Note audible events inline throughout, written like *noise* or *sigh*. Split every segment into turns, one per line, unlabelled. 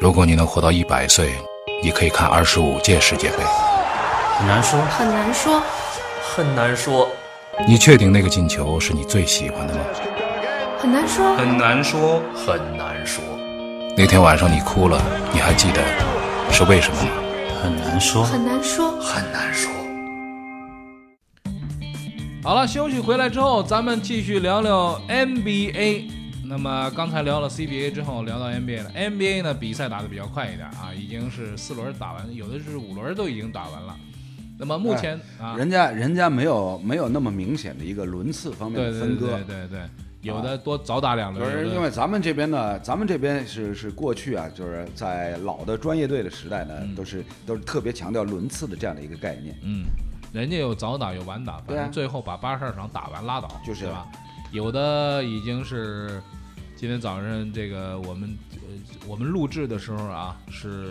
如果你能活到一百岁，你可以看二十五届世界杯。
很难说，
很难说，
很难说，
你确定那个进球是你最喜欢的吗？
很难说，
很难说，很难说，
那天晚上你哭了，你还记得是为什么吗？
很难说，
很难说。
很难说。
好了，休息回来之后，咱们继续聊聊 NBA。那么刚才聊了 CBA 之后，聊到 NBA 了。NBA 呢，比赛打得比较快一点啊，已经是四轮打完，有的是五轮都已经打完了。那么目前啊，
哎人家人家没有没有那么明显的一个轮次方面
对
的
对
分
对
割，
对对对，有的多早打两
就
轮，
是
有
因
的
为咱们这边呢，咱们这边是是过去啊，就是在老的专业队的时代呢，都是都是特别强调轮次的这样的一个概念。
嗯，人家有早打有晚打，反
对啊
正最后把八十二场打完拉倒，
就是
对吧？有的已经是今天早上这个我们呃我们录制的时候啊，是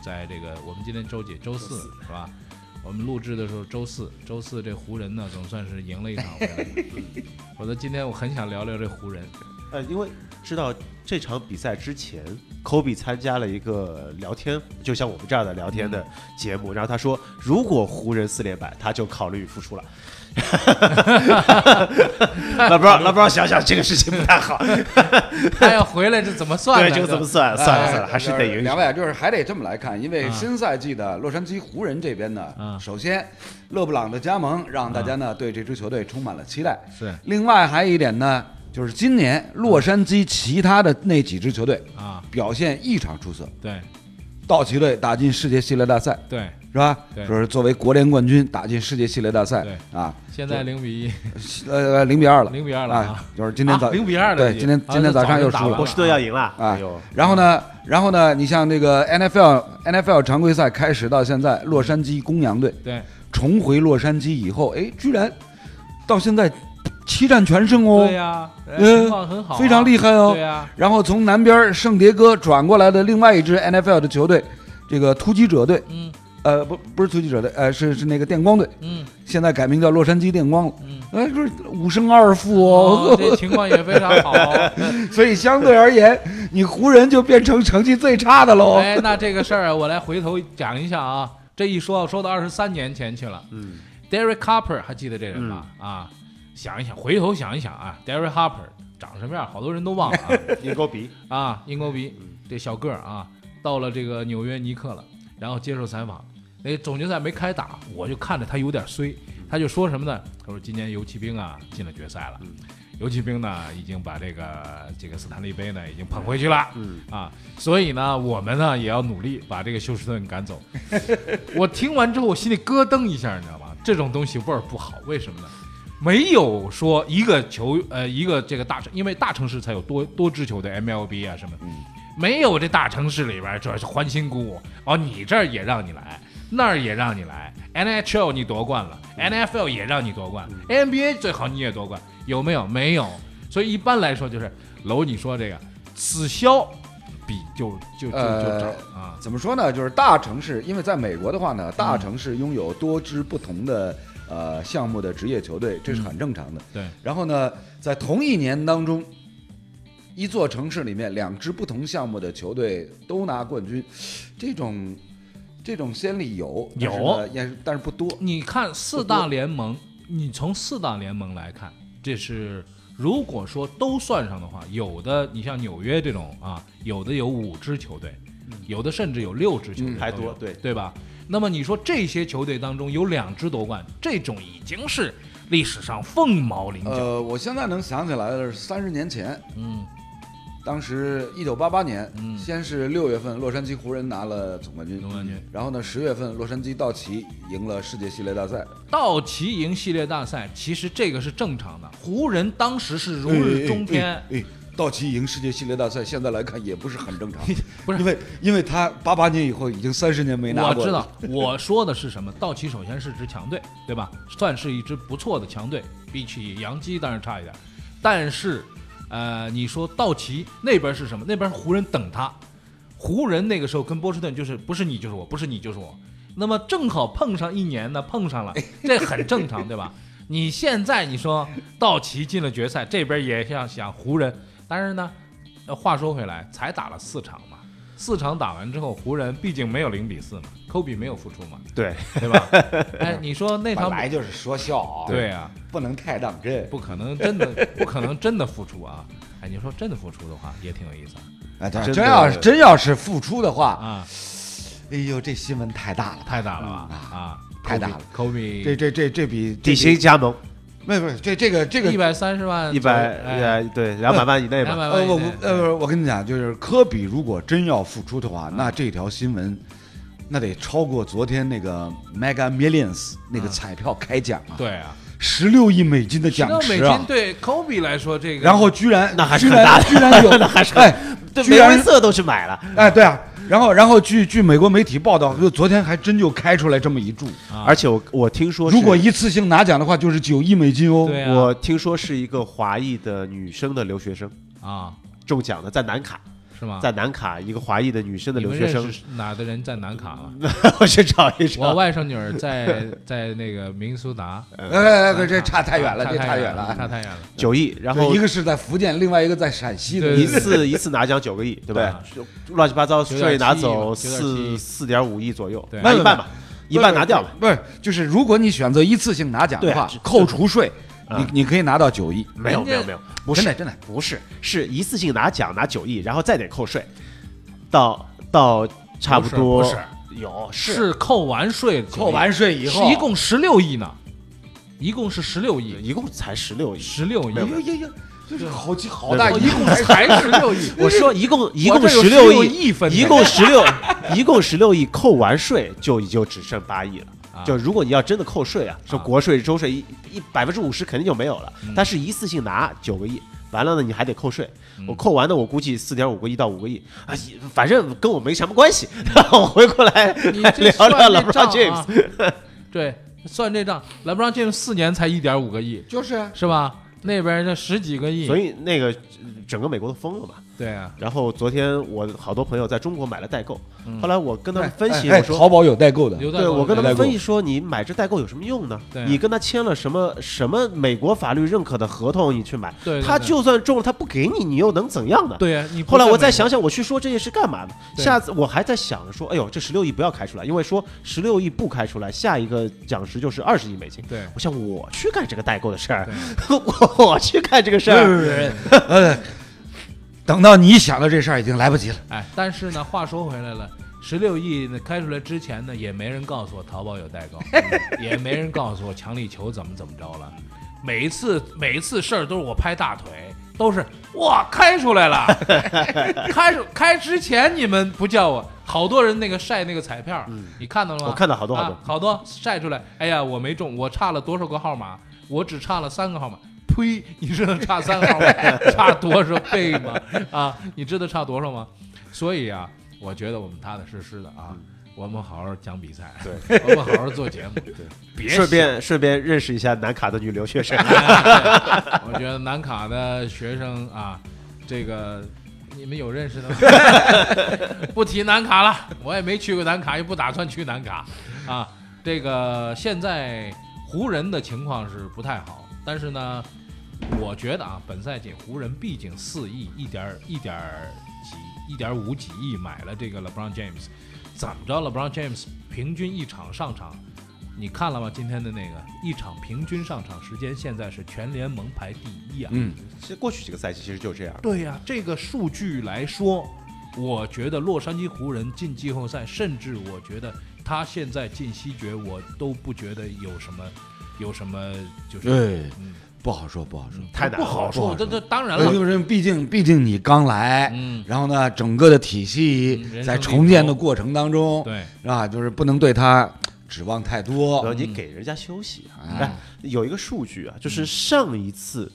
在这个我们今天周几？周四是吧？我们录制的时候周四，周四这湖人呢总算是赢了一场回来。我的今天我很想聊聊这湖人，
呃，因为知道这场比赛之前，科比参加了一个聊天，就像我们这样的聊天的节目，然后他说，如果湖人四连败，他就考虑复出了。 *laughs* 拉布拉拉布拉想想这个事情不太好，
他要回来这怎么算
对
呢？
这个怎么算？算了算了，还是得赢一
两
场。
位啊，就是还得这么来看，因为
啊
新赛季的洛杉矶湖人这边呢，
啊
首先勒布朗的加盟让大家呢、对这支球队充满了期待。
是
另外还有一点呢，就是今年洛杉矶其他的那几支球队
啊？
表现异常出色，
对
道奇队打进世界系列大赛
对，
是吧
对？
说是作为国联冠军打进世界系列大赛
对
啊，
现在零比一，
呃零比二了，
0比2了
啊
啊，
就是今天早
啊0比2了已
对，
经
今天
啊
今天早上又
早
输
上
了
打
波士顿要赢了，
啊
哎呦，，
然后呢，然后呢，你像这个 NFL NFL 常规赛开始到现在，洛杉矶公羊队
对
重回洛杉矶以后，哎，居然到现在七战全胜哦
对，呀，哎
嗯
情况很好啊，
非常厉害哦
对。呀，
然后从南边圣迭戈转过来的另外一支 NFL 的球队，这个突击者队，
嗯
呃，不不是突击者队，呃，是是那个电光队，
嗯
现在改名叫洛杉矶电光了。
嗯。
哎，说五胜二负
哦
哦，，
这情况也非常好。
*laughs* 所以相对而言，你湖人就变成成绩最差的喽。
哎，那这个事儿啊我来回头讲一下啊。这一说说到二十三年前去了。
嗯
Derek Harper 还记得这人吧？啊，想一想，回头想一想啊，Derek Harper 长什么样，好多人都忘了啊。
鹰钩鼻，
啊，鹰钩鼻这小个儿啊，到了这个纽约尼克了，然后接受采访。那总决赛没开打，我就看着他有点衰，他就说什么呢？他说今年游骑兵啊进了决赛了，游骑兵呢已经把这个这个斯坦利杯呢已经捧回去了，
嗯
啊，所以呢我们呢也要努力把这个休斯顿赶走。我听完之后我心里咯噔一下，你知道吗？这种东西味儿不好，为什么呢？没有说一个球呃一个这个大城，因为大城市才有多多支球队 MLB 啊什么，没有这大城市里边这是欢欣鼓舞哦，你这儿也让你来，那儿也让你来，NHL 你夺冠了，NFL 也让你夺冠，NBA 最好你也夺冠，有没有？没有，所以一般来说就是楼你说这个此消彼就就就就涨啊，
怎么说呢？就是大城市，因为在美国的话呢，大城市拥有多支不同的呃项目的职业球队，这是很正常的。
嗯对，
然后呢，在同一年当中，一座城市里面两支不同项目的球队都拿冠军，这种这种先例有，
有
但是呢也是但是不多。
你看四大联盟，你从四大联盟来看，这是如果说都算上的话，有的你像纽约这种啊，有的有五支球队，有的甚至有六支球队都
嗯
有、
嗯还多对
对吧？那么你说这些球队当中有两支夺冠，这种已经是历史上凤毛麟角。
呃，我现在能想起来的是三十年前，
嗯
当时一九八八年，
嗯
先是六月份洛杉矶湖人拿了总冠军，
总冠军
然后呢，十月份洛杉矶道奇赢了世界系列大赛，
道奇赢系列大赛，其实这个是正常的。湖人当时是
嗯
如日中天，
哎。哎哎道奇赢世界系列大赛，现在来看也不是很正常，
*laughs* 不是
因为因为他八八年以后已经三十年没拿
我
过了。
知道，我说的是什么？道奇首先是支强队，对吧？算是一支不错的强队，比起洋基当然差一点。但是，呃，你说道奇那边是什么？那边是湖人等他。湖人那个时候跟波士顿就是不是你就是我，不是你就是我。那么正好碰上一年呢，碰上了，
哎
这很正常，对吧？你现在你说道奇进了决赛，这边也要想湖人，但是呢，呃话说回来，才打了四场嘛，四场打完之后，湖人毕竟没有零比四嘛，科比没有复出嘛，
对，
对吧？ *laughs* 哎，你说那
本
场
来就是说笑啊，
对，啊，
不能太当真。
不可能真的不可能真的复出啊！哎，你说真的复出的话，也挺有意思
哎，但
真的
真要是真要是付出的
啊
话，
啊，
哎呦，这新闻太大了吧？
太大了吧啊，
嗯太大了
科比
这这这这比
底薪，加盟
没有没有，这这个这个
一百三十万
一百
左右哎
呃对两百万以内
两
吧，
百
呃，
万以
我
内，
呃，我跟你讲，就是科比如果真要复出的
嗯
话，那这条新闻，那得超过昨天那个 Mega Millions 那个彩票开奖
嗯
啊，
对啊，
十六亿美金的奖
那美
池啊
金，对科比来说，这个
然后居然
那还是
居
很大
然
的
居然
*laughs*
有那
还是
哎，
对，
居
梅
然
威瑟都去买了，
哎对啊，然后然后据据美国媒体报道，就昨天还真就开出来这么一注，
啊
而且我我听说是
如果一次性拿奖的话，就是九亿美金哦。
对啊
我听说是一个华裔的女生的留学生
啊
中奖的，在南卡，
是吗？
在南卡一个华裔的女生的
啊你
留
们
学
认
生，
识哪的人在南卡
*laughs*
吗？
*laughs* 我去找一
我
找。
外甥女儿在在那个明苏达，
哎哎哎，这
南卡
差太远了，这
嗯差
远
远
了
差
啊。
太远了。
九亿，然
对
后
一个是在福建，另外一个在陕西的
对
一次一次拿奖九个亿，对不对
啊？
就乱七八糟税拿走
9.7
四四点五亿左右，
对
拿一半吧，一半拿掉吧。
不是，就是如果你选择一次性拿奖的话
对，啊嗯
扣除税，你你可以拿到九亿。
没有
人家
没有没有，不
真
是
的真的，
不是，是一次性拿奖拿九亿，然后再得扣税，到到差不多
不是
有
是扣完税，
扣完税以后，
是一共十六亿呢，一共是十六亿，
一共才十六亿。
十六亿，
哎呦呦呦，就是好几好
对。
大
哦
一
一共才十六亿
我说一共一
我
共
这有
十六
16
亿
亿分的
一共十六一共十六亿，扣完税就也就只剩八亿了。
啊
就如果你要真的扣税啊，说
啊嗯
国税、州税一一百分之五十肯定就没有了。但是一次性拿九个亿，完了呢你还得扣税。
嗯
我扣完呢，我估计四点五个亿到五个亿啊，也反正跟我没什么关系。 *laughs* 我回过来
你
来
这
*laughs* 聊
算
聊
这
LeBron
账
James
啊。 *laughs* 对，算这账，LeBron James 四年才一点五个亿，
就是啊
是吧？那边这十几个亿，
所以那个整个美国都疯了嘛。
对啊，
然后昨天我好多朋友在中国买了代购，
嗯
后来我跟他们分析，
哎哎
我说
淘宝有代购的，
留在
对我跟他
代
们
购
分析说，你买这代购有什么用呢？
对啊
你跟他签了什么什么美国法律认可的合同，你去买，
对对对
他就算中了，他不给你，你又能怎样呢？。
对啊，你不
后来我
在
再
美国
想想，我去说这些是干嘛的？
对
下次我还在想说，哎呦，这十六亿不要开出来，因为说十六亿不开出来，下一个奖池就是二十亿美金。
对
我想我去干这个代购的事儿， *laughs* 我我去干这个事
不
儿，
是不是不是，呃，等到你想到这事儿已经来不及了。
哎，但是呢，话说回来了，十六亿呢开出来之前呢，也没人告诉我淘宝有代购，也没人告诉我强力球怎么怎么着了。每一次每一次事儿都是我拍大腿，都是哇开出来了，开出开之前你们不叫我，好多人那个晒那个彩票，你看到了吗？
我看到好多好多
啊好多晒出来，哎呀我没中，我差了多少个号码？我只差了三个号码。呸！你知道差三个
*laughs*
号码差多少倍吗？啊，你知道差多少吗？所以啊，我觉得我们踏踏实实的啊，
嗯
我们好好讲比赛，对，我们好好做节目， *laughs* 对，别
顺便顺便认识一下南卡的女留学生。
想，我觉得南卡的学生啊，这个你们有认识的吗？ *laughs* 不提南卡了，我也没去过南卡，也不打算去南卡啊。这个现在湖人的情况是不太好，但是呢，我觉得啊，本赛季湖人毕竟四亿一点一点几一点五几亿买了这个 LeBron James，怎么着？LeBron James 平均一场上场，你看了吗？今天的那个一场平均上场时间现在是全联盟排第一啊。
嗯，
其实过去几个赛季其实就这样，
对呀、这个数据来说，我觉得洛杉矶湖人进季后赛，甚至我觉得他现在进西决，我都不觉得有什么，有什么就是
对，
嗯
不好说，不好说。
太难
不
了
好
不
说。
好
这这当然
哎
呃
了，
就是毕竟，毕竟你刚来，
嗯
然后呢，整个的体系
嗯人
在
生地
重建的
头
过程当中，
对，
啊，就是不能对他指望太多
然。后你给人家休息啊。哎，有一个数据啊，就是上一次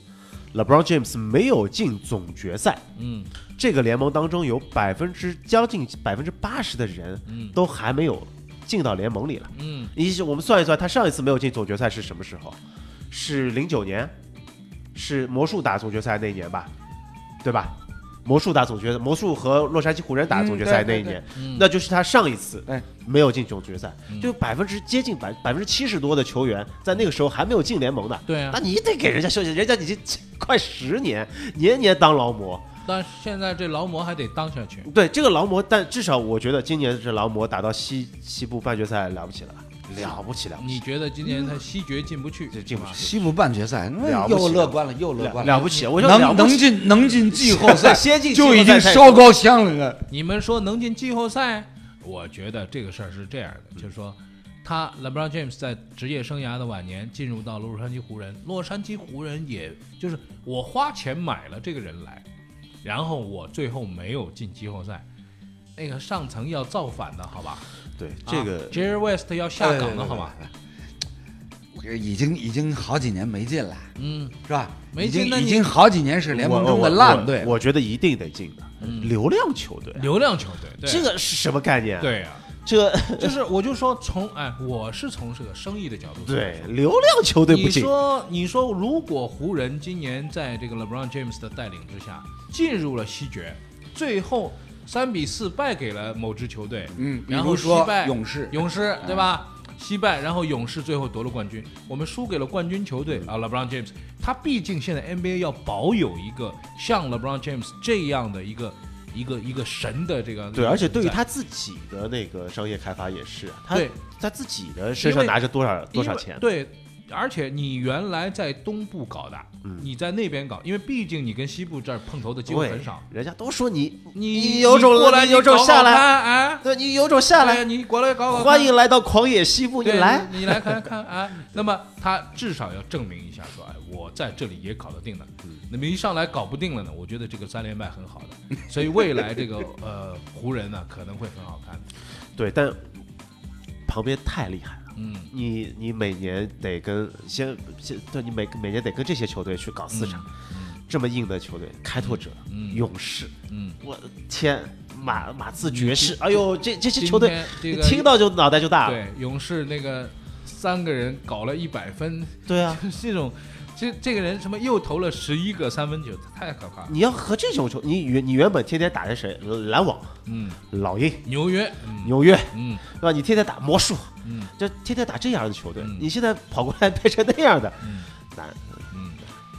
LeBron James 没有进总决赛，
嗯
这个联盟当中有百分之将近百分之八十的人
嗯
都还没有进到联盟里了。
嗯，
你我们算一算，他上一次没有进总决赛是什么时候？是零九年，是魔术打总决赛那一年吧，对吧？魔术打总决赛，魔术和洛杉矶湖人打总决赛
嗯
那
对
一年，
嗯
那就是他上一次
对
没有进总决赛，就百分之接近百百分之七十多的球员在那个时候还没有进联盟呢。
对啊
那你得给人家休息，人家已经快十年，年年当劳模，
但是现在这劳模还得当下去，
对这个劳模，但至少我觉得今年这劳模打到西西部半决赛了不起了，了不起了不起
你觉得今年他西决进不去？
这进不
是吧
去
西部半决赛，
了
那
不起
又乐观了，又乐
了
观
了不起！我就了
能
不
能
起
进能进季后
*laughs*
赛，
先进季后
就
赛
已经
才
烧高香了。
你们说能进季后赛？
嗯
我觉得这个事儿是这样的，就是说，他 LeBron James 在职业生涯的晚年进入到了洛杉矶湖人，洛杉矶湖人也就是我花钱买了这个人来，然后我最后没有进季后赛，那个上层要造反的好吧？
对这个
啊、Jerry West 要下岗的好吧？
已经已经好几年没进了，
嗯，
是吧？
没
已经
进那
已
你
经好几年是联盟中的烂队
我，我觉得一定得进的，
嗯
流量球队，
流量球队，对
这个是什么概念？，啊
对呀、
这个 *laughs*
就是我就说从哎，我是从这个生意的角度说
对流量球队不
你
进，
说，你说，如果湖人今年在这个 LeBron James 的带领之下进入了西决，最后三比四败给了某支球队，
嗯比
然后
如
惜
说
败
勇士
勇士
嗯
对吧？惜败，然后勇士最后夺了冠军，我们输给了冠军球队啊，LeBron James，他毕竟现在 NBA 要保有一个像 LeBron James 这样的一个一个一个神的这个
对，而且对
存
于
在
他自己的那个商业开发也是，啊他
嗯对
他自己的身
因
上
为
拿着多少多少
因为
钱，
对，而且你原来在东部搞的，
嗯
你在那边搞，因为毕竟你跟西部这儿碰头的机会很少。
人家都说你
你
有种
你过来，
有种
你搞搞
下来，
看，哎，
对你有种下
哎
来，
你过来搞搞看，
欢迎来到狂野西部，你
对，
来，
你，你来看看，哎，那么他至少要证明一下，说，哎，我在这里也搞得定的。
嗯
那么一上来搞不定了呢，我觉得这个三连败很好的，
*laughs*
所以未来这个呃湖人呢可能会很好看的。
对，但旁边太厉害了。
嗯，
你你每年得跟先先对你每每年得跟这些球队去搞四场，这么硬的球队，开拓者、
嗯
勇士，
嗯，
我的天，马马刺、爵士，哎呦，这这些
今
球队
天，这个
你听到就脑袋就大了，
对，勇士那个三个人搞了一百分，
对
*laughs*
啊，
这种，这这个人什么又投了十一个三分球，太可怕了。
嗯
你要和这种球，你原你原本天天打的谁？篮网、
嗯，
老鹰、
纽约，嗯
纽约，
嗯
对吧？你天天打魔术，
嗯，
就天天打这样的球队，
嗯
你现在跑过来变成那样的，
嗯
难。
嗯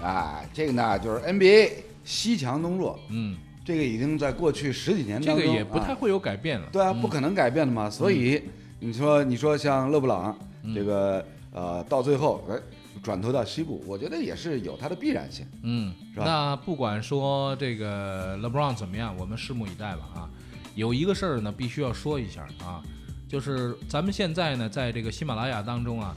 啊，这个呢就是 NBA 西强东弱，
嗯，
这个已经在过去十几年
这
当中
个也不太
啊
会有改变了。
对啊，
嗯
不可能改变的嘛。所以你说你说像勒布朗
嗯
这个呃，到最后哎转投到西部，我觉得也是有它的必然性。
嗯，
是吧
那不管说这个 LeBron 怎么样，我们拭目以待吧啊。有一个事儿呢，必须要说一下啊，就是咱们现在呢，在这个喜马拉雅当中啊，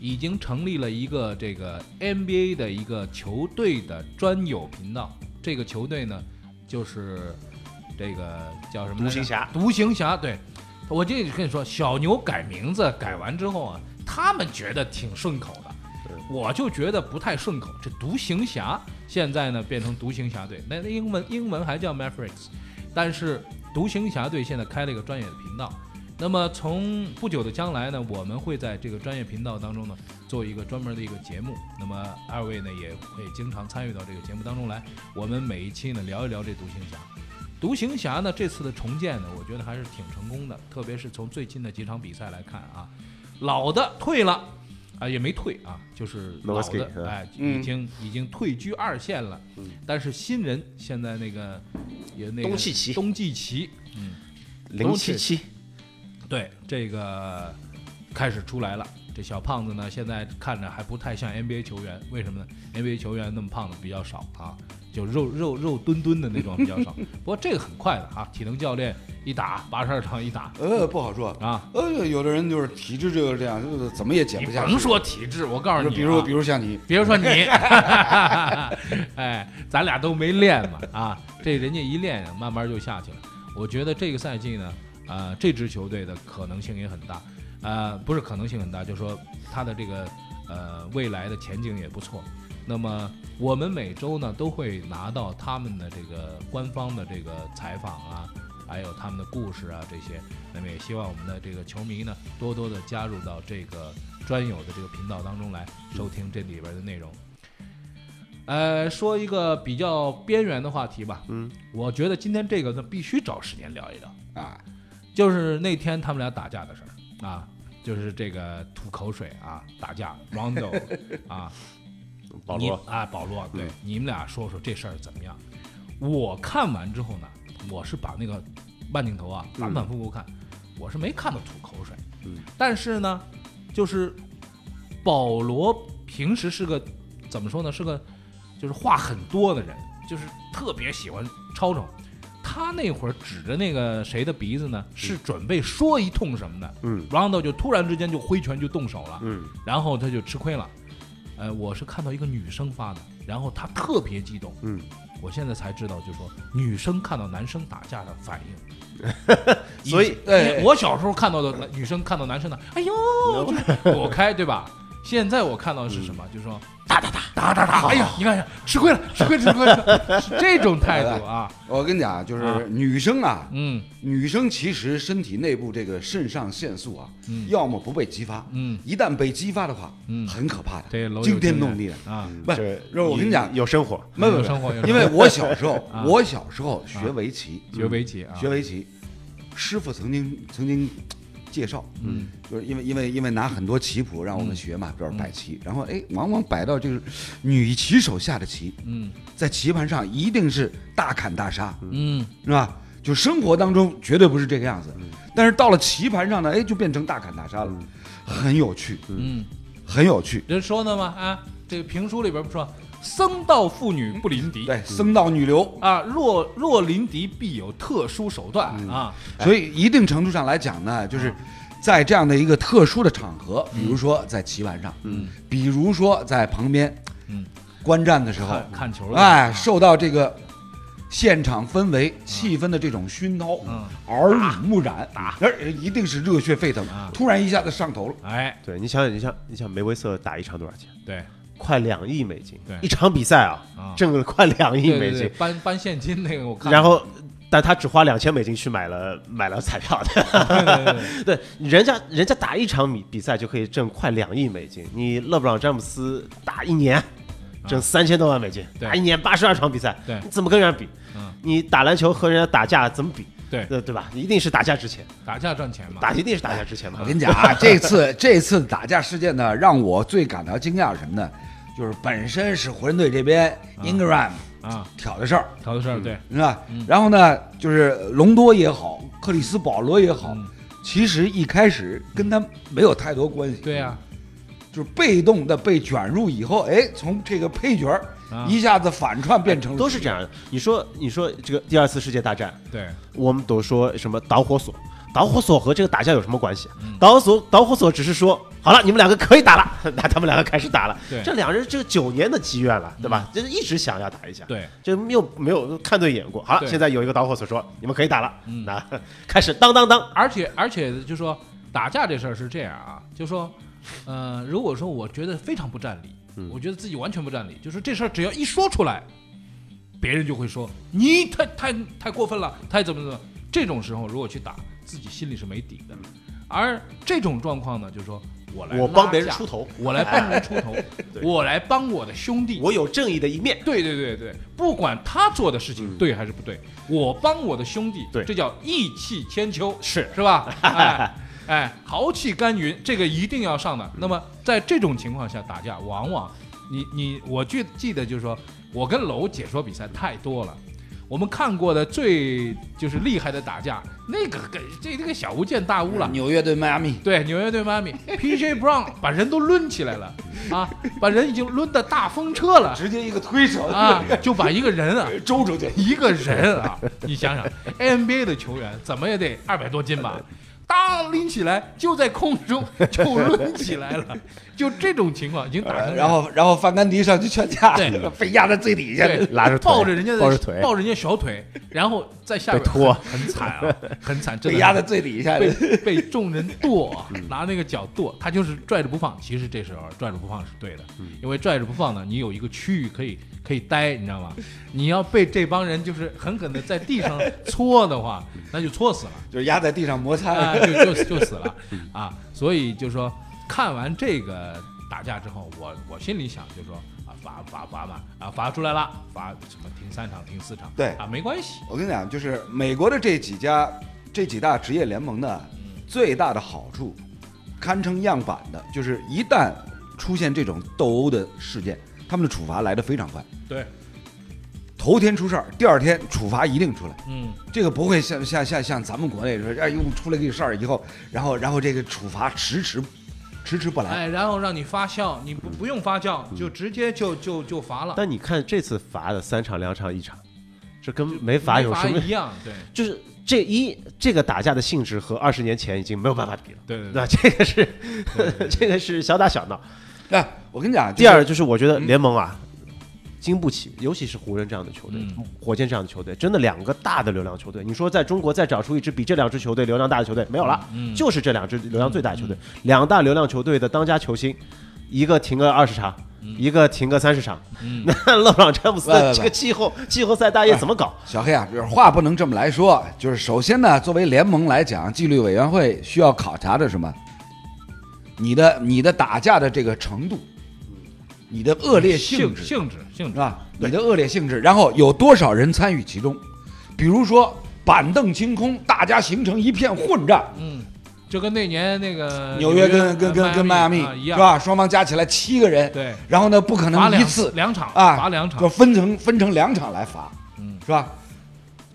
已经成立了一个这个 NBA 的一个球队的专有频道。这个球队呢，就是这个叫什么来着？
独行侠
独行侠，对。我就跟你说，小牛改名字改完之后啊，他们觉得挺顺口的，我就觉得不太顺口。这独行侠现在呢变成独行侠队，那那英文英文还叫 Mavericks，但是独行侠队现在开了一个专业的频道。那么从不久的将来呢，我们会在这个专业频道当中呢做一个专门的一个节目。那么二位呢也会经常参与到这个节目当中来。我们每一期呢聊一聊这独行侠。独行侠呢这次的重建呢，我觉得还是挺成功的，特别是从最近的几场比赛来看啊，老的退了。啊，也没退啊，就是老
Nowitzki，是
的
吧
哎，
嗯
已经已经退居二线了。但是新人现在那个也那个
东契奇
东契奇
零七七，
对，这个开始出来了。这小胖子呢，现在看着还不太像 NBA 球员，为什么呢？NBA 球员那么胖的比较少啊，就肉肉肉墩墩的那种比较
*laughs*
少。不过这个很快的啊，体能教练一打八十二场一打
呃，不好说。
啊，
呃，有的人就是体质就是这样，就是怎么也减
你
不下去。
甭说体质，我告诉
就
你、啊，
比如比如像你，
比如说你， *laughs* 哎，咱俩都没练嘛啊，这人家一练慢慢就下去了。我觉得这个赛季呢，呃，这支球队的可能性也很大，呃，不是可能性很大，就是说他的这个呃未来的前景也不错。那么我们每周呢都会拿到他们的这个官方的这个采访啊，还有他们的故事啊这些。那么也希望我们的这个球迷呢多多的加入到这个专有的这个频道当中来收听这里边的内容。呃，说一个比较边缘的话题吧，
嗯，
我觉得今天这个呢必须找时间聊一聊。
啊，
就是那天他们俩打架的事儿啊，就是这个吐口水啊，打架，Rondo 啊，
保
你
罗
啊，保罗，对、你们俩说说这事儿怎么样？我看完之后呢，我是把那个慢镜头啊反反复复看，我是没看到吐口水。
嗯，
但是呢，就是保罗平时是个怎么说呢，是个就是话很多的人，就是特别喜欢吵吵。他那会儿指着那个谁的鼻子呢，是准备说一通什么的，
嗯
然后呢就突然之间就挥拳就动手了，
嗯
然后他就吃亏了。呃，我是看到一个女生发的，然后她特别激动，
嗯，
我现在才知道，就说女生看到男生打架的反 *laughs* 应。
所以
对
我小时候看到的女生看到男生的，哎 *laughs* 呦，就是躲开，对吧？现在我看到的是什么？就是说嗯打打打打打打，哎呀，你看一下，吃亏了，吃亏了，吃亏 *laughs* 了，是这种态度啊，
我跟你讲啊，就
啊
是女生啊，
嗯
女生其实身体内部这个肾上腺素啊，
嗯
要么不被激发，
嗯
一旦被激发的话，
嗯
很可怕的，
这楼有
惊天
经
动
验
地嗯的。
啊，
不
这
肉我跟你讲
有生活，
没有
有生活有生活
因为我小时候
*laughs* 啊，
我小时候学围棋，
学围棋啊，
学围棋，师傅曾经曾经介绍，
嗯，
就是因为因为因为拿很多棋谱让我们
嗯
学嘛，比如摆棋，然后哎，往往摆到就是女棋手下的棋，
嗯
在棋盘上一定是大砍大杀，
嗯
是吧？就生活当中绝对不是这个样子，但是到了棋盘上呢，哎，就变成大砍大杀了，很有趣，
嗯，
很有趣。
人说呢嘛啊，这个评书里边不说僧道妇女不临敌，
对，僧道女流，
啊，若若临敌必有特殊手段
嗯
啊，
所以一定程度上来讲
嗯
呢，就是在这样的一个特殊的场合，比如说在棋盘上，嗯，比如说在旁边，
嗯，
观战的时候，
看看球的
哎，受到这个现场氛围、气氛的这种熏陶，
嗯，
耳濡目染，而一定是热血沸腾
啊，
突然一下子上头了。
哎，
对你想想，你像你想梅威瑟打一场多少钱？
对
快两亿美金
对，
一场比赛
啊
啊，挣了快两亿
对
美
对对，
金，
搬搬现金那个我看了，
然后。但他只花两千美金去买了买了彩票的，
对对对对
*laughs* 对，人家人家打一场比比赛就可以挣快两亿美金，你勒布朗詹姆斯打一年挣三千多万美金，
啊对
打一年八十二场比赛，
对
你怎么跟人家比？
嗯
你打篮球和人家打架怎么比？呃
对啊
对对吧？你一定是打架之前，
打架赚钱嘛，
打一定是打架之前嘛
哎
我。跟你讲啊， *laughs* 这次这次打架事件呢，让我最感到惊讶是什么呢？就是本身是湖人队这边
嗯
Ingram
啊，
挑的事儿，
挑的事儿对，
是吧？
嗯
然后呢，就是隆多也好，克里斯保罗也好，
嗯
其实一开始跟他没有太多关系。
对呀，
就是被动的被卷入以后，哎，从这个配角儿
啊哎
一下子反串变成了
都是这样的。你说，你说这个第二次世界大战，
对，
我们都说什么导火索？导火索和这个打架有什么关系？
嗯
导火索导火索只是说好了，你们两个可以打了， *laughs* 那他们两个开始打了
对。嗯
这两人这个九年的积怨了，对吧？就是一直想要打一架，
对，
就没有没有看对眼过。好了，
对嗯
现在有一个导火索说你们可以打了，那开始当当当，
而且而且就说打架这事儿是这样啊，就说，呃，如果说我觉得非常不占理，
嗯
我觉得自己完全不占理，就是这事儿只要一说出来，别人就会说你太太太过分了，太怎么怎么。这种时候如果去打，自己心里是没底的。而这种状况呢，就是说我来
我
拉
帮别人
架
出头
我来帮人出
*laughs*
头，我来帮我的兄弟，
我有正义的一面。嗯
对对对对，不管他做的事情对还是不对，我帮我的兄弟，
对
这叫义气千秋，
是
是吧？
*laughs*
哎哎，豪气干云，这个一定要上的。那么在这种情况下打架，往往你你我记记得就是说我跟楼解说比赛太多了。我们看过的最就是厉害的打架，那个跟这这个小巫见大巫了，
纽约对迈阿密，
对，纽约对迈阿 *laughs* 密，PJ Brown 把人都抡起来了啊，把人已经抡得大风车了，
直接一个推手
啊，就把一个人啊，
*laughs* 周出去。
一个人啊，你想想 NBA 的球员怎么也得二百多斤吧，当拎起来就在空中就抡起来了，就这种情况已经打成这样
呃然后，然后范甘迪上去劝架
啊对，
被压在最底下。
对
拉着腿
抱着人家的
抱着腿
抱着人家小腿，然后在下边
被拖
很很惨啊，很惨，真
被
的
压在最底下，
被被众人剁，啊拿那个脚剁，他就是拽着不放。其实这时候拽着不放是对的，因为拽着不放呢，你有一个区域可以可以待，你知道吗？你要被这帮人就是狠狠的在地上搓的话，那就搓死了，
*laughs* 就是压在地上摩
啊，
擦。
就就就死了啊！所以就说看完这个打架之后，我我心里想就说啊罚罚罚嘛啊罚出来了，罚什么停三场停四场，
对
啊没关系，
我跟你讲，就是美国的这几家、这几大职业联盟呢，
嗯
最大的好处，堪称样板的，就是一旦啊出现这种斗殴的事件，他们的处罚来得非常快。
对
头天出事儿，第二天处罚一定出来。
嗯，
这个不会像像像像咱们国内说，哎呦出了个事儿以后，然后然后这个处罚迟迟迟迟不来。
哎，然后让你发酵，你
嗯
不不用发酵，就直接就就就罚了，
但你看这次罚的三场、两场、一场，这跟没
罚
罚有什么？
一样，对
就是这一这个打架的性质和二十年前已经没有办法比了。
对对
那这个是 *laughs* 这个是小打小闹。
嗯
哎，我跟你讲，
第二就是我觉得联盟啊，经不起，尤其是湖人这样的球队
嗯，
火箭这样的球队，真的两个大的流量球队，你说在中国再找出一支比这两支球队流量大的球队没有了，
嗯
就是这两支流量最大的球队，两大流量球队的当家球星，一个停个二十场。一个停个三十场，
嗯
*laughs* 那勒布朗詹姆斯
喂喂喂
这个季后季后赛大业怎么
嗯
搞？
小黑啊，就是话不能这么来说。就是首先呢，作为联盟来讲，纪律委员会需要考察的是什么？你的你的打架的这个程度，你的恶劣
性
性质啊
性质性
是
质，
吧？你的恶劣性质，然后有多少人参与其中？比如说板凳清空，大家形成一片混战。
嗯，就跟那年那个
纽约跟跟跟跟迈阿密
啊一
是
样，？
吧？双方加起来七个人，
对，
然后呢，不可
罚
能一
两
次
两场
啊，
罚两场
就，分成分成两场来罚，
嗯，
是吧？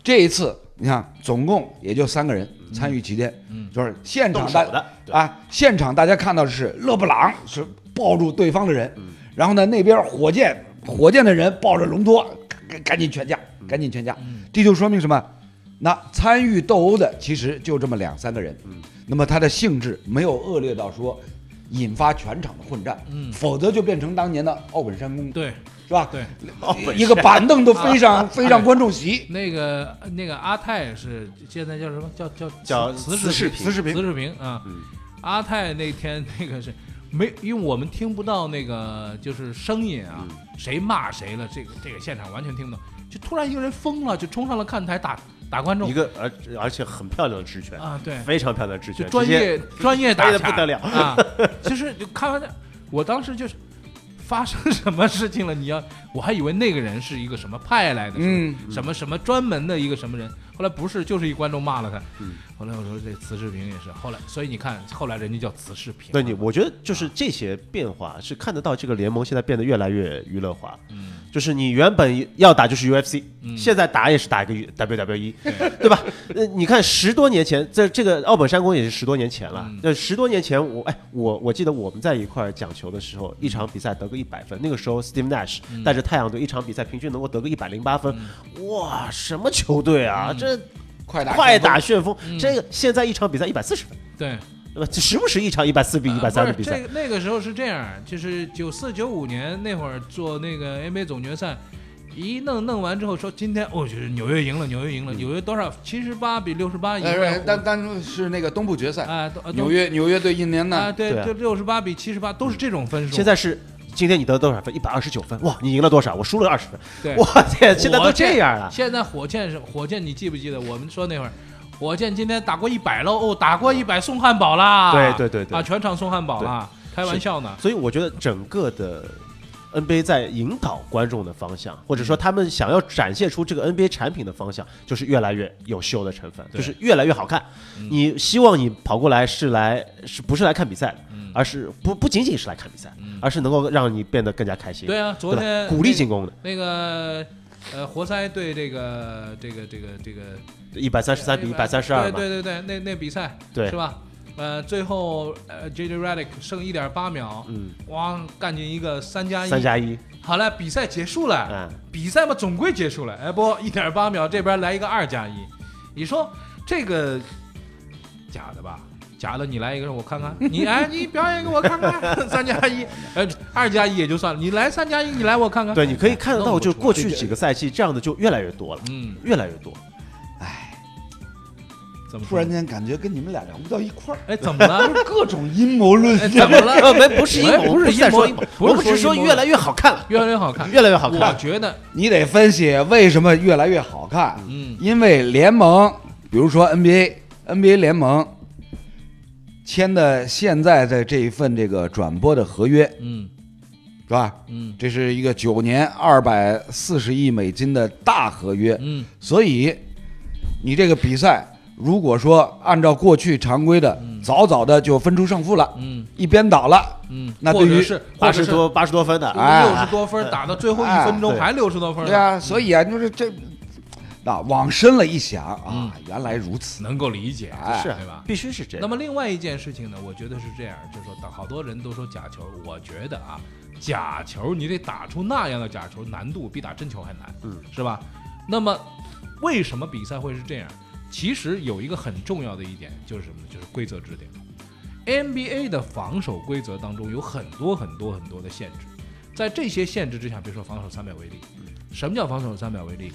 这一次你看，总共也就三个人参与期间，
嗯
就是现
动
场
手
大
的，对
啊，现场大家看到的是勒布朗是抱住对方的人，然后呢，那边火箭火箭的人抱着隆多，赶赶紧劝架，赶紧劝架，这就说明什么？那参与斗殴的其实就这么两三个人，那么它的性质没有恶劣到说引发全场的混战，
嗯
否则就变成当年的奥本山攻，
对
是吧？
对，
一个板凳都飞上飞上观众席，
那个那个阿泰是现在叫什么叫叫
叫
慈
慈
视
世
频
平
慈视频慈视频啊
嗯，
阿泰那天那个是没，因为我们听不到那个就是声音啊，谁骂谁了，这个这个现场完全听不到，就突然一个人疯了，就冲上了看台打打观众
一个而而且很漂亮的直拳，
啊，对，
非常漂亮的直
就
拳，
专
直接
业专业打
飞得
岔
不得了
啊！
*laughs*
就是就看完的，我当时就是发生什么事情了？你要我还以为那个人是一个什么派来的，
嗯
是吧什么什么专门的一个什么人，后来不是，就是一观众骂了他。
嗯
后来我说这慈世平也是，后来所以你看，后来人家叫慈世平。
对你，我觉得
啊
就是这些变化是看得到这个联盟现在变得越来越娱乐化。
嗯
就是你原本要打就是 UFC，、
嗯
现在打也是打一个 WWE，
对
E， *laughs* 对吧？呃，你看十多年前，这这个奥本山宫也是十多年前了
嗯。
那、十多年前我，哎，我我记得我们在一块儿讲球的时候，一场比赛得个一百分，那个时候 Steve Nash
嗯
带着太阳队一场比赛平均能够得个一百零八分，哇，什么球队啊？
嗯
这
快打
快
快
打旋风，这个现在一场比赛一百四十分，
对，
对吧？这时不时一场一百四比一百三
呃
的
不
比
是
赛。
这个那个时候是这样，就是九四九五年那会儿做那个 NBA 总决赛，一弄弄完之后说今天哦，就是纽约赢了，纽约赢了，
嗯
纽约多少七十八比六十八赢了
呃，，单单是那个东部决赛，
啊，都啊都
纽约纽约对印第安
啊，
纳，
对
对啊
对，六十八比七十八都是这种分数。
现在是今天你得多少分？一百二十九分，哇，你赢了多少？我输了二十分，
对
*laughs* 哇天，现在都
火箭
这样了。
现在火箭是火箭，你记不记得我们说那会儿，火箭今天打过一百喽，哦，打过一百送汉堡啦，
对对对对
啊，全场送汉堡啦，开玩笑呢，
所以我觉得整个的 NBA 在引导观众的方向，或者说他们想要展现出这个 NBA 产品的方向，就是越来越有秀的成分，
对嗯
就是越来越好看。你希望你跑过来是来是不是来看比赛的，
嗯
而是不不仅仅是来看比赛，而是能够让你变得更加开心。
对啊
吧
昨天
鼓励进攻的
那个。呃，活塞对这个这个这个这个
一百三十三比一百三十二嘛
对，对对对，那那比赛
对
是吧？呃，最后呃，JJ Redick 剩一点八秒，
嗯，
哇，干进一个三加一，啊
三加一，
好了，比赛结束了，
嗯
比赛嘛总归结束了。哎，不， *laughs* 一点八秒这边来一个二加一，你说这个假的吧？假的，你来一个我看
*laughs*
看，你哎，你表演给我看看， *laughs* 三加一，呃，二加一也就算了，你来三加一，你来我看看。哎
对，你可以看得到，
弄不
就
出
过去几个赛季这样的就越来越多了，
嗯，
越来越多。
怎么说
突然？间感觉跟你们俩聊不到一块儿，
哎，怎么了？
各种阴谋论
哎，怎么
*laughs*
了？
呃，没不是阴谋，
哎不是
在说
阴谋
我们
不是
只是
说
说
阴谋
越来越好看了，
越来越好看，
越来越好看
我觉得，
你得分析为什么越来越好看，
嗯
因为联盟，比如说 NBA NBA 联盟签的现在的这一份这个转播的合约
嗯
是吧？
嗯
这是一个九年二百四十亿美金的大合约，
嗯
所以你这个比赛如果说按照过去常规的，早早的就分出胜负了，
嗯
一边倒了，
嗯，
那
或
对
者
于
是
八十，多八十多分的，
或者是六
哎
十多分打到最后一
哎
分钟
对
还六十多分，
对，啊，所以啊，就是这，那往深了一想
嗯
啊，原来如此，
能够理解，
哎
是
对吧？
必须是这样。
那么另外一件事情呢，我觉得是这样，就是说，好多人都说假球，我觉得啊，假球你得打出那样的假球，难度比打真球还难，
嗯，
是吧？那么为什么比赛会是这样？其实有一个很重要的一点就是什么呢？就是规则制定。NBA 的防守规则当中有很多很多很多的限制，在这些限制之下，比如说防守三秒为例，
嗯
什么叫防守三秒为例？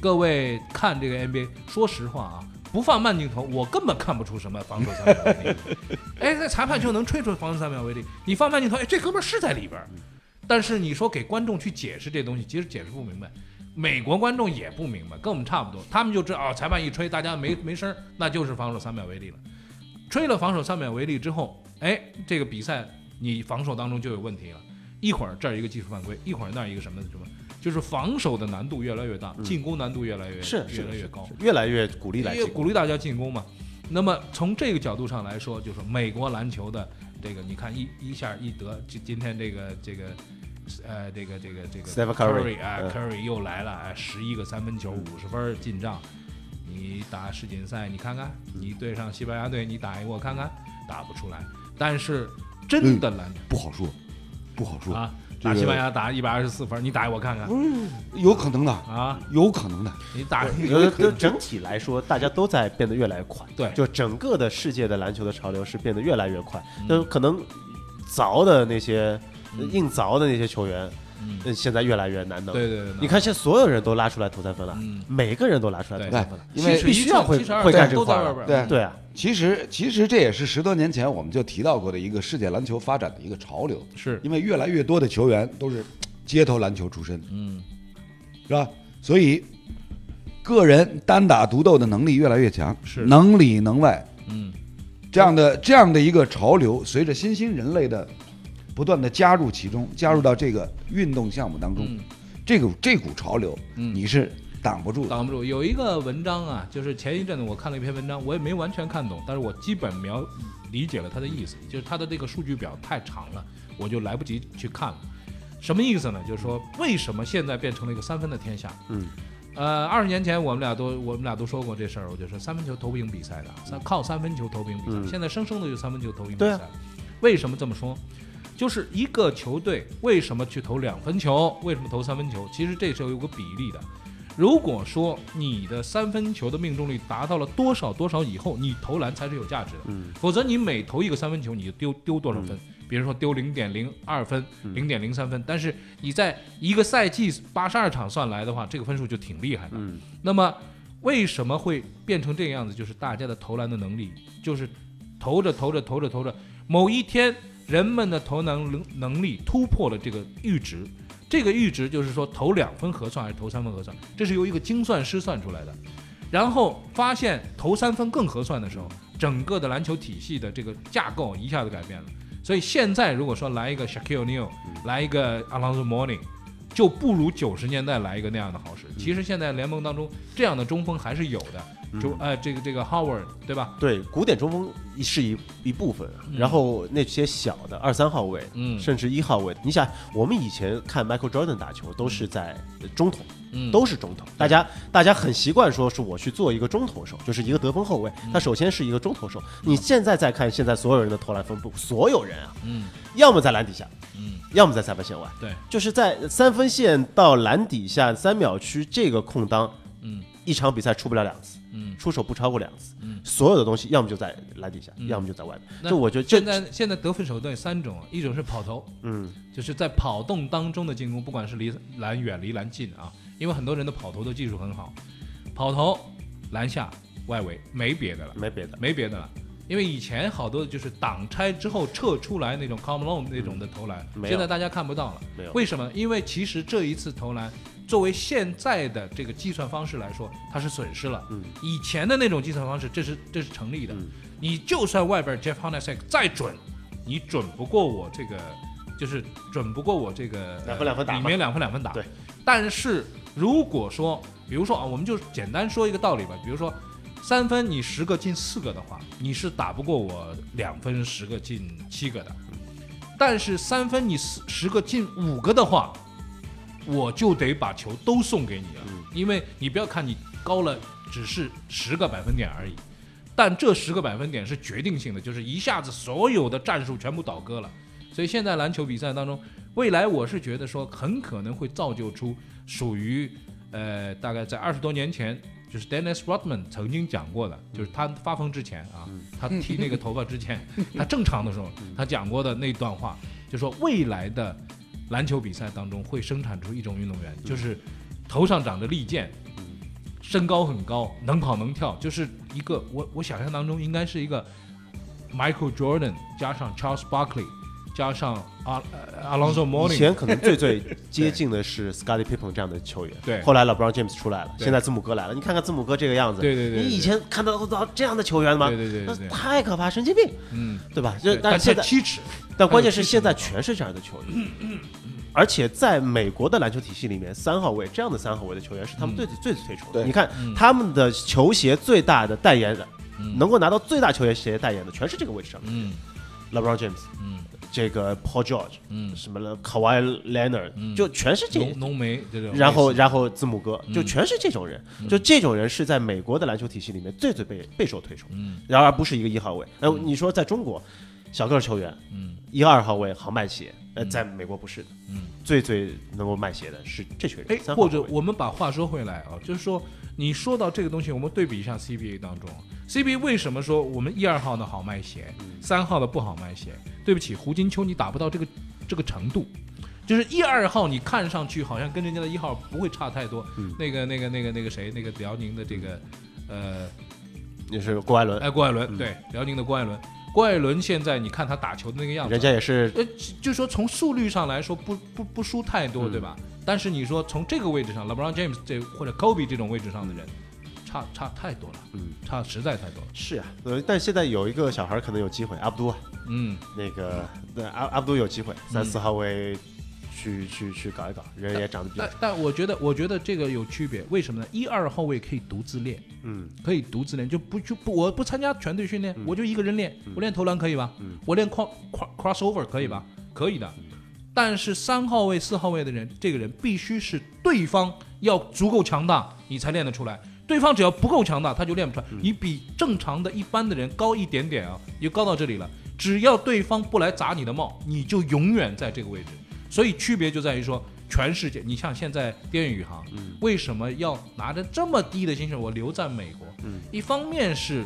各位看这个 NBA，说实话啊，不放慢镜头，我根本看不出什么防守三秒为例。哎，那裁判就能吹出防守三秒为例，你放慢镜头，哎，这哥们儿是在里边
嗯
儿。但是你说给观众去解释这东西，其实解释不明白。美国观众也不明白，跟我们差不多，他们就知道哦，裁判一吹，大家没没声儿，那就是防守三秒为例了。吹了防守三秒为例之后，哎，这个比赛你防守当中就有问题了。一会儿这儿一个技术犯规，一会儿那儿一个什么什么，就是防守的难度越来越大，进攻难度越来越
嗯是
越
是
来
是
越高。
是越来越鼓励来
因为
进攻，
鼓励大家进攻嘛。那么从这个角度上来说，就是说美国篮球的这个，你看一一下一得，今今天这个这个。呃，这个这个这个
Stephen Curry，
啊
嗯
，Curry 又来了，哎，十一个三分球，五十分进账。你打世锦赛，你看看，你对上西班牙队，你打赢我看看，打不出来。但是真的篮球
不好说，不好
嗯
说，
啊，打
这个
西班牙打一百二十四分，你打赢我看看
有可能的，
啊，
有可能的，
你打
呃，就整体来说，大家都在变得越来越快。
对
就整个的世界的篮球的潮流是变得越来越快。
嗯
就可能凿的那些硬凿的那些球员，呃现在越来越难弄。
嗯对对对对
你看现在所有人都拉出来投三分了
嗯，
每个人都拉出来投
对
三分了，
因为
必须要会会干这个
都
活
在外
儿了
边儿，
对
对啊，
其实，其实这也是十多年前我们就提到过的一个世界篮球发展的一个潮流，
是
因为越来越多的球员都是街头篮球出身，
嗯，
是吧？所以，个人单打独斗的能力越来越强，
是
能里能外，
嗯，
这样的这样的一个潮流，随着新兴人类的不断的加入其中，加入到这个运动项目当中，
嗯
这个这股潮流，你是挡不住的。
挡不住。有一个文章啊，就是前一阵子我看了一篇文章，我也没完全看懂，但是我基本描理解了他的意思，就是他的这个数据表太长了，我就来不及去看了。什么意思呢？就是说为什么现在变成了一个三分的天下？
嗯，
呃，二十年前我们俩都我们俩都说过这事儿，我就说三分球投不赢比赛的，啊三靠三分球投不赢比赛，
嗯
现在生生的就三分球投赢比
对
赛
啊
了。为什么这么说？就是一个球队为什么去投两分球，为什么投三分球？其实这时候有个比例的。如果说你的三分球的命中率达到了多少多少以后，你投篮才是有价值的，
嗯
否则你每投一个三分球，你就丢丢多少分？比如说丢零点零二分、零点零三分，但是你在一个赛季八十二场算来的话，这个分数就挺厉害的。
嗯，
那么为什么会变成这个样子？就是大家的投篮的能力，就是投着投着投着投着，某一天人们的投篮能能力突破了这个阈值。这个阈值就是说投两分核算还是投三分核算，这是由一个精算师算出来的。然后发现投三分更合算的时候，整个的篮球体系的这个架构一下子改变了。所以现在如果说来一个 Shaquille O'Neal，来一个 Alonzo Mourning，就不如九十年代来一个那样的好使。其实现在联盟当中这样的中锋还是有的，就呃这个这个 Howard 对吧？
对，古典中锋是一一部分，
嗯
然后那些小的二三号位，
嗯
甚至一号位，你想，我们以前看 Michael Jordan 打球都是在中投，
嗯
都是中投，大家大家很习惯说是我去做一个中投手，就是一个得分后卫，
嗯
他首先是一个中投手。你现在再看现在所有人的投篮分布，所有人啊，
嗯
要么在篮底下，
嗯，
要么在三分线外，
对，
就是在三分线到篮底下三秒区这个空当，
嗯
一场比赛出不了两次，
嗯，
出手不超过两次，
嗯
所有的东西要么就在篮底下，
嗯
要么就在外面。
那
就我觉得这
现，在现在得分手段有三种，啊一种是跑投，
嗯，
就是在跑动当中的进攻，不管是离篮远、离篮近啊，因为很多人的跑投的技术很好，跑投、篮下、外围，没别的了，
没别的，
没别的了。因为以前好多就是挡拆之后撤出来那种 come alone 那种的投篮，
嗯没有
现在大家看不到了。
没有
为什么？因为其实这一次投篮，作为现在的这个计算方式来说，它是损失了。
嗯
以前的那种计算方式，这是这是成立的。
嗯
你就算外边 Jeff h o n a s e k 再准，你准不过我这个，就是准不过我这个呃
两分两分打嘛
里面两分两分打。
对。
但是如果说，比如说啊，我们就简单说一个道理吧，比如说三分你十个进四个的话，你是打不过我两分十个进七个的。但是三分你十十个进五个的话，我就得把球都送给你了，
嗯
因为你不要看你高了只是十个百分点而已，但这十个百分点是决定性的，就是一下子所有的战术全部倒戈了。所以现在篮球比赛当中，未来我是觉得说很可能会造就出属于呃大概在二十多年前。就是 Dennis Rodman 曾经讲过的，就是他发疯之前啊，他剃那个头发之前，他正常的时候，他讲过的那段话，就说未来的篮球比赛当中会生产出一种运动员，就是头上长着利剑，身高很高，能跑能跳，就是一个我我想象当中应该是一个 Michael Jordan 加上 Charles Barkley 加上啊呃阿阿 Alonso
以
Morning，
前可能最最接近的是 Scottie Pippen 这样的球员，
*laughs* 对
后来 LeBron James 出来了，
对
现在字母哥来了，你看看字母哥这个样子，
对对对对
你以前看到到这样的球员吗？
对对对对对
那太可怕，神经病，
嗯，
对吧？就
对
但
但
是现在，
七尺，
但关键是现在全是这样的球
嗯
员，而且在美国的篮球体系里面，三号位这样的三号位的球员是他
嗯
们最最最推崇的。
对
你看他们的球鞋最大的代言人，能够拿到最大球鞋鞋代言的，全是这个位置上的
嗯
LeBron James，
嗯，
这个 Paul George，
嗯
什么了 Kawhi Leonard，就全是这
浓浓眉这种，
然后，然后字母哥
嗯
就全是这种人，就这种人是在美国的篮球体系里面最最被备受推崇，
嗯
然而不是一个一号位。哎，你说在中国，小个儿球员，
嗯，
一二号位好卖鞋，呃，在美国不是的，
嗯，
最最能够卖鞋的是这群
哎
人，三号
或
位
者我们把话说回来啊，就是说你说到这个东西，我们对比一下 CBA 当中，CBA 为什么说我们一二号的好卖鞋，
嗯
三号的不好卖鞋？对不起，胡金秋你达不到这个这个程度。就是一二号，你看上去好像跟人家的一号不会差太多。
嗯
那个、那个、那个、那个谁，那个辽宁的这个，
嗯
呃，
也是郭艾伦，
哎，郭艾伦，对，辽宁的郭艾伦。郭艾伦现在你看他打球的那个样子
人，家也是
呃，就就说从速率上来说不不不输太多，
嗯
对吧？但是你说从这个位置上，LeBron James 这或者 Kobe 这种位置上的人，差差太多了，
嗯，
差实在太多了。
是啊，呃，但现在有一个小孩可能有机会，阿布都啊，
嗯，
那个对阿阿布都有机会，三四号位去去去搞一搞，人也长得比较
但，但我觉得我觉得这个有区别，为什么呢？一二号位可以独自练，
嗯，
可以独自练，就不就不我不参加全队训练，我就一个人练，
嗯
我练投篮可以吧？我练 cross cross crossover 可以吧？
嗯
可以的。但是三号位、四号位的人，这个人必须是对方要足够强大，你才练得出来。对方只要不够强大，他就练不出来。你比正常的一般的人高一点点啊，也高到这里了。只要对方不来砸你的帽，你就永远在这个位置。所以区别就在于说，全世界，你像现在边宇航，为什么要拿着这么低的薪水，我留在美国？一方面是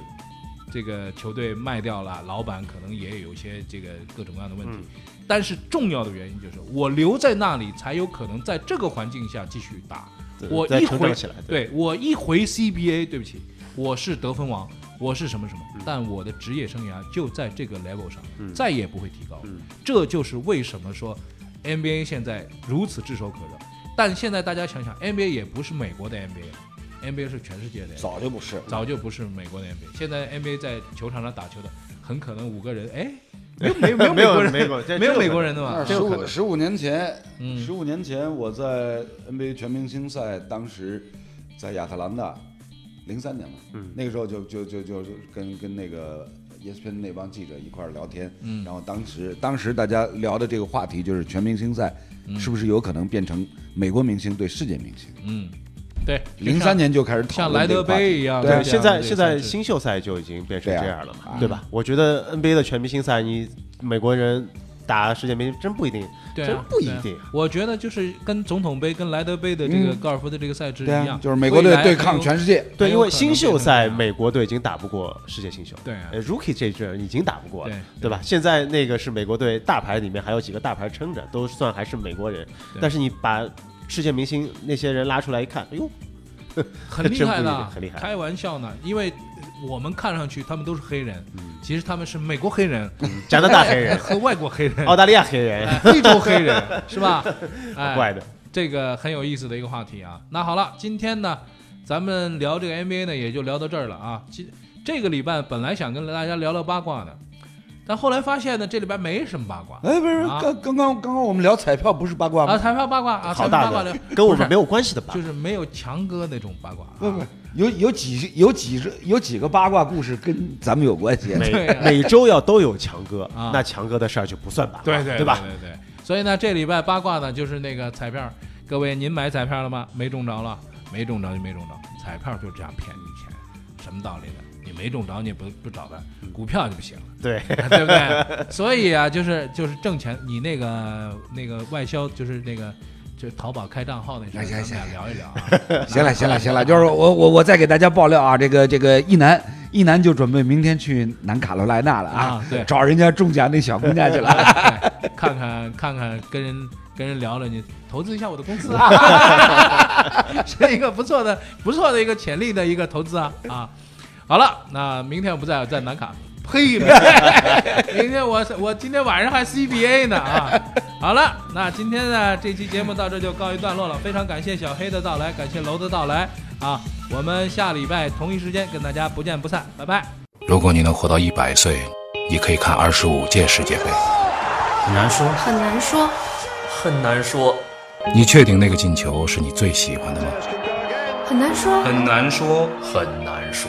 这个球队卖掉了，老板可能也有一些这个各种各样的问题，
嗯
但是重要的原因就是我留在那里才有可能在这个环境下继续打。
对
我
再
一
成
回
长起来，对
对我一回 CBA，对不起，我是得分王，我是什么什么，
嗯
但我的职业生涯就在这个 level 上，再也不会提高了。
嗯
这就是为什么说 NBA 现在如此炙手可热。但现在大家想想，NBA 也不是美国的 NBA，NBA 是全世界的 NBA。
早就不是，
早就不是美国的 NBA。现在 NBA 在球场上打球的，很可能五个人，
*laughs*
哎，没有没有
没
没
有
有美国人，
美国这
没有
这有可能
美国人的嘛
那？十
这有
五
可能。
十五年前，
嗯
十五年前我在 NBA 全明星赛，当时在亚特兰大，零三年嘛，
嗯
那个时候就就就就就跟跟那个 E ESPN 那帮记者一块儿聊天，
嗯
然后当时当时大家聊的这个话题就是全明星赛是不是有可能变成美国明星对世界明星？
嗯，对，
零三年就开始讨
像
论
莱
这个
德
话题
杯一样，
对啊
这样
现在
对
现在
算是
新秀赛就已经变成
对啊
这样了嘛，
啊
对吧？我觉得 NBA 的全明星赛，你美国人打世界明星真不一定，
对啊
真不一
对
定
啊。我觉得就是跟总统杯、跟莱德杯的这个高尔夫的这个赛制一
对啊
样，，
就是
美
美国队
队
对抗全世界，
对，
很有
因为
可能
新秀赛
变成这
美国队已经打不过世界新秀，
对啊
呃，Rookie 这阵已经打不过了
对，
对吧？现在那个是美国队大牌里面还有几个大牌撑着，都算还是美国人，
对
但是你把世界明星那些人拉出来一看，哎呦，
很厉害
真不
的，
一定很厉害
开玩笑呢，因为呃我们看上去他们都是黑人，
嗯
其实他们是美国黑人
加拿大
*laughs*
黑人、 *laughs*
和外国黑人、
澳大利亚黑人，
哎非洲黑人，是吧？哎，
哦 *laughs* 怪的。
这个很有意思的一个话题啊。那好了，今天呢，咱们聊这个 NBA 呢，也就聊到这儿了啊。今这个礼拜本来想跟大家聊聊八卦的，但后来发现呢，这里边没什么八卦
哎，不是，
啊
刚刚刚刚刚我们聊彩票不是八卦
啊，
吗？
彩票八卦啊，
好
彩票
大
八卦
的
聊，，
跟我
不
们
是
没有关系的吧？
就是没有强哥那种八卦
不不
啊。，
*laughs* 有有几有几有几个八卦故事跟咱们有关系？
每
对啊
每周要都有强哥
啊，
那强哥的事儿就不算吧？
对对
*laughs* 对吧？
对对。所以呢，这礼拜八卦呢，就是那个彩票，各位您买彩票了吗？没中着了，没中着就没中着，彩票就这样骗你钱，什么道理呢？你没中着，你也不不找他，
嗯
股票就不行了，
对，
对不对？所以啊，就是就是挣钱，你那个那个外销，就是那个就是淘宝开账号那事儿，
哎呀
咱们俩聊一聊啊。
行了行了行了，就是我我我再给大家爆料啊，这个这个一男一男就准备明天去南卡罗来纳了啊，
啊对
找人家中奖那小姑娘去了。
对看看看看，跟人跟人聊聊，你投资一下我的公司啊，是一个不错的不错的一个潜力的一个投资啊啊！好了，那明天我不在，我在南卡。呸！明天我我今天晚上还 CBA 呢啊！好了，那今天呢这期节目到这就告一段落了，非常感谢小黑的到来，感谢楼的到来啊！我们下礼拜同一时间跟大家不见不散，拜拜。
如果你能活到一百岁，你可以看二十五届世界杯。
很难说，
很难说，
很难说，
你确定那个进球是你最喜欢的吗？
很难说，
很难说，很难说，